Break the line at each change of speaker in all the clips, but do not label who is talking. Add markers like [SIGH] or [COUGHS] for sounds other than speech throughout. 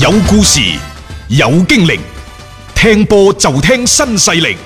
有故事，有經歷，聽波就聽新勢力。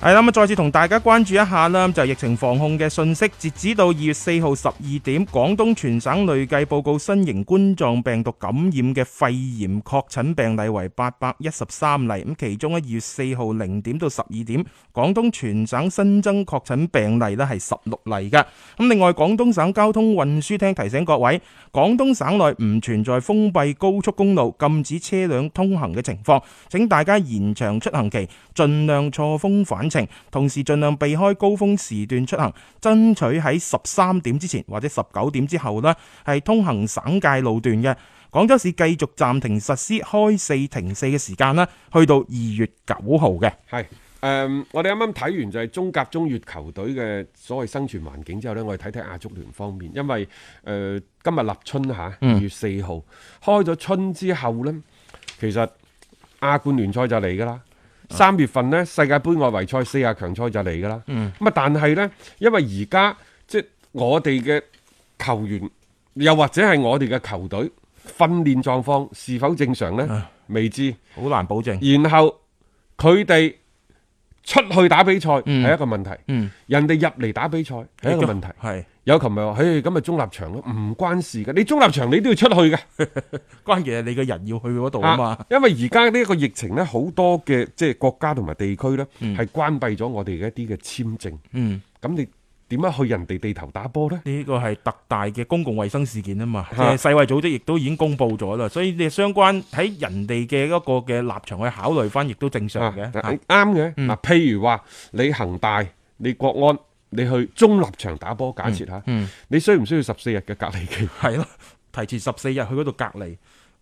係啦，咁啊再次同大家關注一下啦，就係疫情防控嘅信息，截止到二月四號十二點，廣東全省累計報告新型冠狀病毒感染嘅肺炎確診病例為八百一十三例，咁其中喺二月四號零點到十二點，廣東全省新增確診病例呢係十六例㗎。咁另外，廣東省交通運輸廳提醒各位，廣東省內唔存在封閉高速公路禁止車輛通行嘅情況，請大家延長出行期，盡量錯峰返程，同時盡量避開高峰時段出行，爭取喺十三點之前或者十九點之後呢係通行省界路段嘅。廣州市繼續暫停實施開四停四嘅時間啦，去到二月九號嘅。
係誒、嗯我哋啱啱睇完就係中甲、中乙球隊嘅所謂生存環境之後呢，我哋睇睇亞足聯方面，因為誒、呃今日立春嚇，二月四號、開咗春之後呢，其實亞冠聯賽就嚟㗎啦。三月份呢，世界盃外圍賽四十強賽就嚟㗎啦。咁啊，但係呢，因為而家即係我哋嘅球員，又或者係我哋嘅球隊訓練狀況是否正常呢？未知。
好難保證。
然後佢哋出去打比賽係一個問題，
嗯
人哋入嚟打比賽係一個問題。
係
有琴日話，嘿，咁咪中立場咯，唔關事嘅。你中立場你都要出去嘅，
關鍵係你個人要去嗰度啊嘛。
啊因為而家呢一個疫情呢，好多嘅即係國家同埋地區呢，係關閉咗我哋嘅一啲嘅簽證。
嗯，
咁你點樣去人哋地頭打波呢？
呢個係特大嘅公共衛生事件啊嘛，即
嚇
係世衛組織亦都已經公布咗啦，所以你相關喺人哋嘅一個嘅立場去考慮翻，亦都正常嘅。
啊
嚇
啱嘅。嗱，譬如話你恒大、你國安，你去中立場打波，假設嚇，
嗯
你需唔需要十四日嘅隔離期？
係咯，提前十四日去嗰度隔離，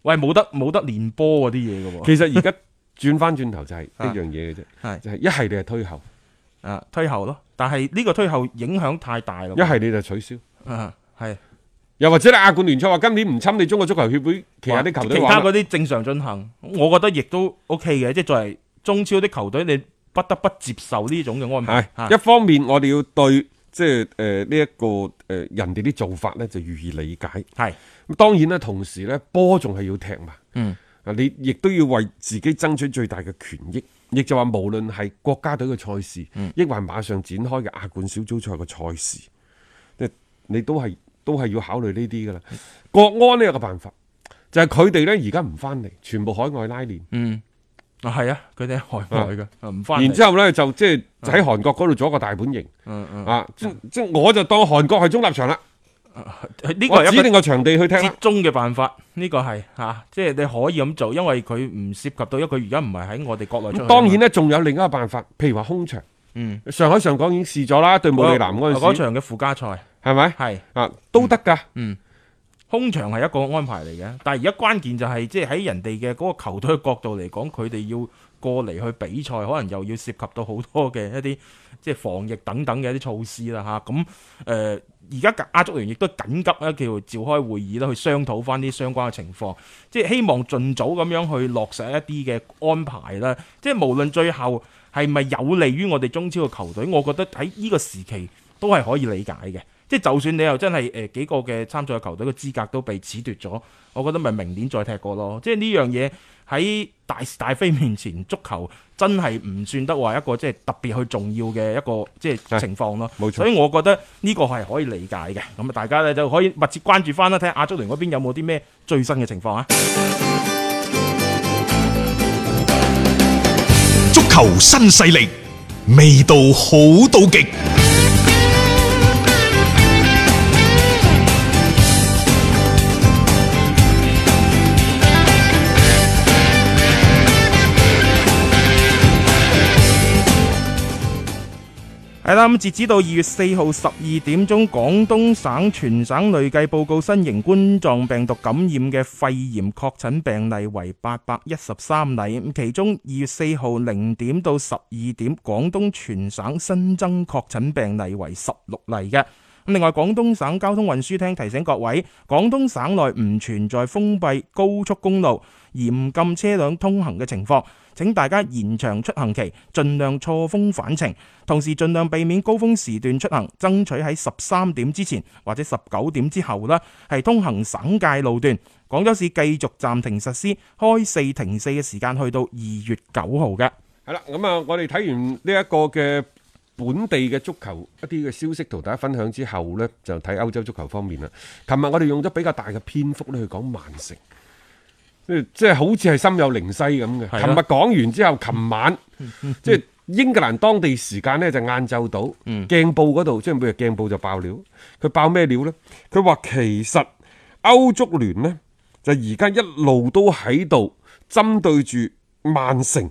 喂冇得冇得練波嗰啲嘢嘅喎。
其實而家轉翻轉頭就係
[LAUGHS]
一樣嘢嘅
啊係
啫，就係一係你係推後，
啊，推後咯，但係呢個推後影響太大啦。
一係你就取消。
啊，係
又或者你亞冠聯賽話今年唔侵你中國足球協會旗下啲球隊
其
玩
他
啦，
嗰啲正常進行，我覺得亦都 OK 嘅，即係作為中超啲球隊，你不得不接受呢種嘅安排。嚇
係一方面我哋要對即係誒呢一個誒、呃人哋啲做法呢就予以理解。
係
咁當然啦，同時呢波仲係要踢嘛。
嗯
啊，你亦都要為自己爭取最大嘅權益，亦就話無論係國家隊嘅賽事，
嗯
抑或馬上展開嘅亞冠小組賽嘅賽事，即係你都係都係要考慮呢啲噶啦。
嗯
國安呢有個辦法，就係佢哋呢而家唔翻嚟，全部海外拉練，
嗯啊係啊，佢哋喺海外嘅，啊唔翻嚟。
然之後呢就即係喺韓國嗰度做一個大本營。
嗯嗯
啊，即即我就當韓國係中立場啦，
呢個
我
係一
指
個
定個場地去踢
折
啦。
中嘅辦法，呢、個係嚇、啊即係你可以咁做，因為佢唔涉及到，因為佢而家唔係喺我哋國內出去
咁
啊嘛。
當然呢，仲有另一個辦法，譬如話空場，
嗯，
上海上港已經試咗啦，對武里南哦嗰
嗰
陣時，
場嘅附加賽
係咪
係
啊都得㗎？
空場係一個安排嚟嘅，但係而家關鍵就係、即係喺人哋嘅嗰個球隊嘅角度嚟講，佢哋要過嚟去比賽，可能又要涉及到好多嘅一啲即係防疫等等嘅一啲措施啦吓，咁、誒而家亞足聯亦都緊急咧叫召開會議啦，去商討翻啲相關嘅情況，即係希望盡早咁樣去落實一啲嘅安排啦。即係無論最後係咪有利於我哋中超嘅球隊，我覺得喺呢個時期都係可以理解嘅。即係就算你又真係誒、呃、幾個嘅參賽球隊嘅資格都被褫奪咗，我覺得咪明年再踢過咯。即係呢樣嘢喺大是大非面前，足球真係唔算得話一個即係特別去重要嘅一個即係
係
情況咯。
冇錯
所以我覺得呢個係可以理解嘅。咁啊，大家咧就可以密切關注翻啦，睇下亞足聯嗰邊有冇啲咩最新嘅情況啊！
足球新勢力，味道好到極。
係啦，咁截止到二月四號十二點鐘，廣東省全省累計報告新型冠狀病毒感染嘅肺炎確診病例為八百一十三例，咁其中二月四號零點到十二點，廣東全省新增確診病例為十六例嘅。咁另外，廣東省交通運輸廳提醒各位，廣東省內唔存在封閉高速公路嚴禁車輛通行嘅情況。請大家延長出行期，盡量錯峰返程，同時盡量避免高峰時段出行，爭取喺十三點之前或者十九點之後啦，係通行省界路段。廣州市繼續暫停實施開四停四嘅時間，去到二月九號嘅。
係啦，咁啊，我哋睇完呢一個嘅本地嘅足球一啲嘅消息同大家分享之後呢，就睇歐洲足球方面啦。琴日我哋用咗比較大嘅篇幅咧去講曼城，即係即係好似係心有靈犀咁
係
嘅。
啊嗯
琴日講完之後，琴晚即係英格蘭當地時間呢，就晏晝到，
嗯
鏡報嗰度即係每日鏡報就爆料，佢爆咩料呢？佢話其實歐足聯呢，就而家一路都喺度針對住曼城。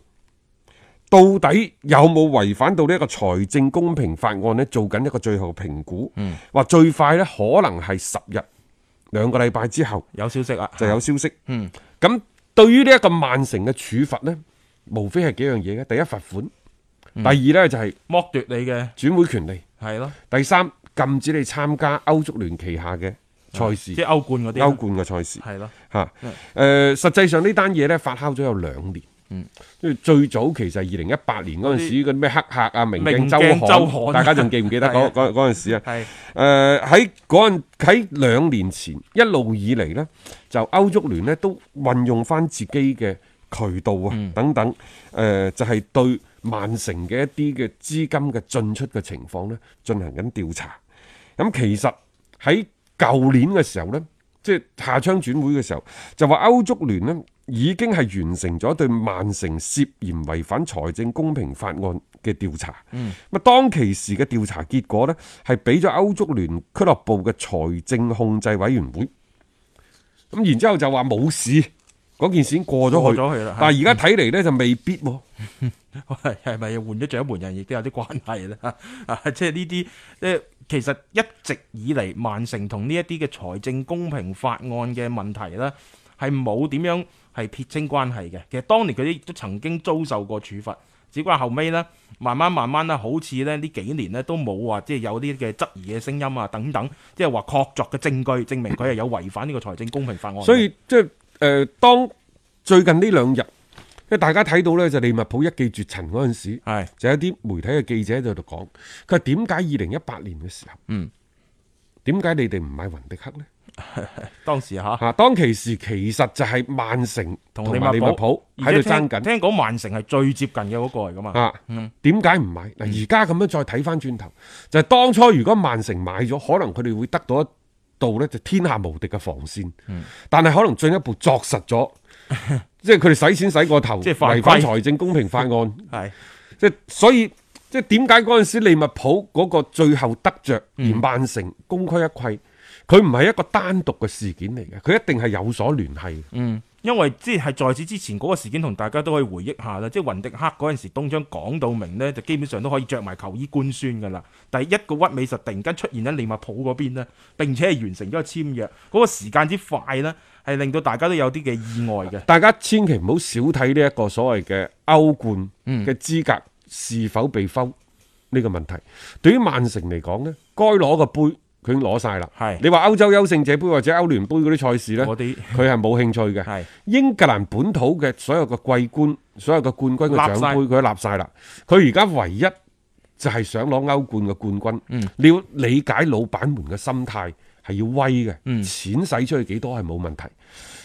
到底有冇違反到呢一個財政公平法案呢？做緊一個最後評估，話、最快呢可能係十日兩個禮拜之後
有消息啊啦，
就有消息。嗯，咁對於呢一個曼城嘅處罰呢，無非係幾樣嘢嘅。第一罰款，第二呢就係
剝奪你嘅
轉會權利，
係咯，
第三禁止你參加歐足聯旗下嘅賽
啊即
事、
係歐冠嗰啲啦。
歐冠嘅賽事。
係咯，
嚇，誒、
嗯
實際上呢單嘢咧發酵咗有兩年，因為最早其實係二零一八年嗰陣時嗰啲咩黑客啊、明鏡周
明鏡周刊
刊，大家仲記唔記得
係啊 [LAUGHS]
嗰嗰嗰陣時啊？
係
誒喺嗰陣喺兩年前一路以嚟呢，就歐足聯呢都運用翻自己嘅渠道啊、
嗯
等等，誒、就係、對曼城嘅一啲嘅資金嘅進出嘅情況呢進行緊調查。咁其實喺舊年嘅時候呢，即係夏窗轉會嘅時候，就話歐足聯呢已經係完成咗對曼城涉嫌違反財政公平法案嘅調查。嗯，咁啊當其時嘅調查結果呢，係俾咗歐足聯俱樂部嘅財政控制委員會。咁然之後就話冇事，嗰件事已經過咗去，
過
嗯
咗去啦
但係而家睇嚟呢，就未必喎。
係 [LAUGHS] 係咪換咗掌門人，亦都有啲關係咧？ [LAUGHS] 啊，即係呢啲，即係其實一直以嚟，曼城同呢一啲嘅財政公平法案嘅問題咧，係冇點樣係撇清關係嘅。其實當年佢哋亦都曾經遭受過處罰，只不過後尾咧，慢慢慢慢咧，好似咧呢幾年咧都冇話即係有啲嘅質疑嘅聲音啊等等，即係話確鑿嘅證據證明佢係有違反呢個財政公平法案嘅。
所以即係誒，當最近呢兩日，因為大家睇到呢，就利物浦一記絕塵嗰陣時，
係
就有一啲媒體嘅記者喺度講，佢話點解二零一八年嘅時候，
嗯，
點解你哋唔買雲迪克呢？
當時嚇。
嚇、當其時其實就係曼城
同
埋利
利
物
物
浦
浦
喺度爭
而且
緊
聽聽講曼城係最接近嘅嗰個嚟噶嘛？
啊，
嗯
點解唔買？嗱，而家咁樣再睇翻轉頭，就係、當初如果曼城買咗，可能佢哋會得到一度呢就天下無敵嘅防線，
嗯
但係可能進一步作實
[LAUGHS]
咗。即係佢哋使錢使過頭，
即係犯
違反
規
財政公平法案， [LAUGHS]
係
即係所以即係點解嗰陣時利物浦嗰個最後得着，而
嗯
曼城功虧一簣，佢唔係一個單獨嘅事件嚟嘅，佢一定係有所聯繫。
嗯，因為即係在此之前嗰個事件，同大家都可以回憶下啦。即係雲迪克嗰陣時，東張講到明呢，就基本上都可以着埋球衣官宣噶啦。但係一個屈美實突然間出現喺利物浦嗰邊呢，並且係完成咗個簽約，嗰、個時間之快呢，係令到大家都有啲嘅意外嘅。
大家千祈唔好少睇呢一個所謂嘅歐冠
嗯
嘅資格是否被封呢個問題。對於曼城嚟講呢，該攞個杯佢已經攞晒啦。
係
你話歐洲優勝者杯或者歐聯杯嗰啲賽事呢，
我哋
佢係冇興趣嘅
係。
英格蘭本土嘅所有嘅季冠、所有嘅冠軍嘅獎
立晒
杯，佢都立晒啦。佢而家唯一就係想攞歐冠嘅冠軍。
嗯
你要理解老闆們嘅心態係要威嘅，
嗯
錢使出去幾多係冇問題。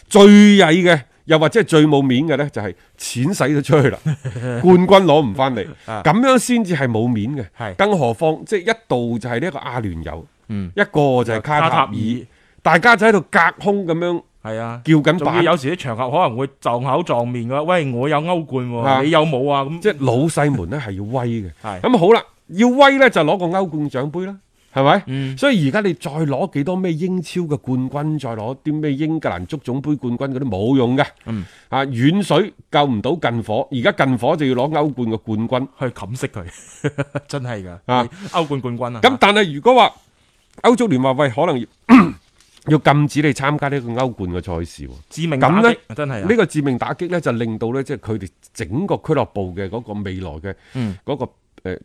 最曳嘅，又或者係最冇面嘅呢，就係錢使咗出去啦，
[LAUGHS]
冠軍攞唔翻嚟，咁樣先至係冇面嘅。
啊係嗯
更何況即係一度就係呢一個阿聯酋，一個就係卡塔
卡塔
爾
爾，
大家就喺度隔空咁樣
係啊，
叫緊
仲要
板，
有時啲場合可能會撞口撞面㗎。喂，我有歐冠喎、
啊
你有冇啊？咁
即係老細們呢係要威嘅。
係
咁好啦，要威呢就攞個歐冠獎杯啦。係咪？
嗯
所以而家你再攞幾多咩英超嘅冠軍，再攞啲咩英格蘭足總杯冠軍嗰啲冇用嘅。
嗯
啊，遠水救唔到近火，而家近火就要攞歐冠嘅冠軍。
去冚熄佢， [LAUGHS] 真係㗎。
啊
歐冠冠軍啊！
咁但係如果話歐足聯話喂，可能要 [COUGHS] 要禁止你參加呢個歐冠嘅賽事喎，
致命打擊
咁呢，
真係啊
呢個致命打擊呢，就令到呢，即係佢哋整個俱樂部嘅嗰個未來嘅嗰、個誒、呃、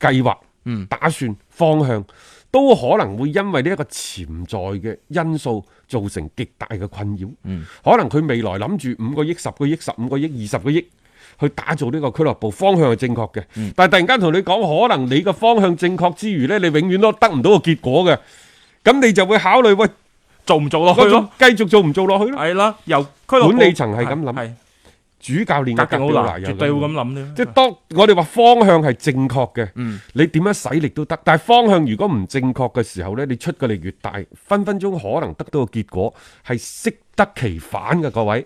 計劃
嗯
打算、方向，都可能會因為呢一個潛在嘅因素造成極大嘅困擾。
嗯
可能佢未來諗住五個億、十個億、十五個億、二十個億。去打造呢個俱樂部方向係正確嘅，
嗯
但係突然間同你講，可能你個方向正確之餘呢，你永遠都得唔到個結果嘅，
哦
咁你就會考慮喂，
做唔做落哦去
嗰種
咯？
繼續做唔做落去咯？
係啦，由俱樂部
管理層係咁諗
係
主教練嘅
係格調
格調
好難，
又
絕對會咁諗嘅。
即係當我哋話方向係正確嘅，
嗯
你點樣使力都得。但係方向如果唔正確嘅時候呢，你出嘅力越大，分分鐘可能得到嘅結果係適得其反嘅，各位。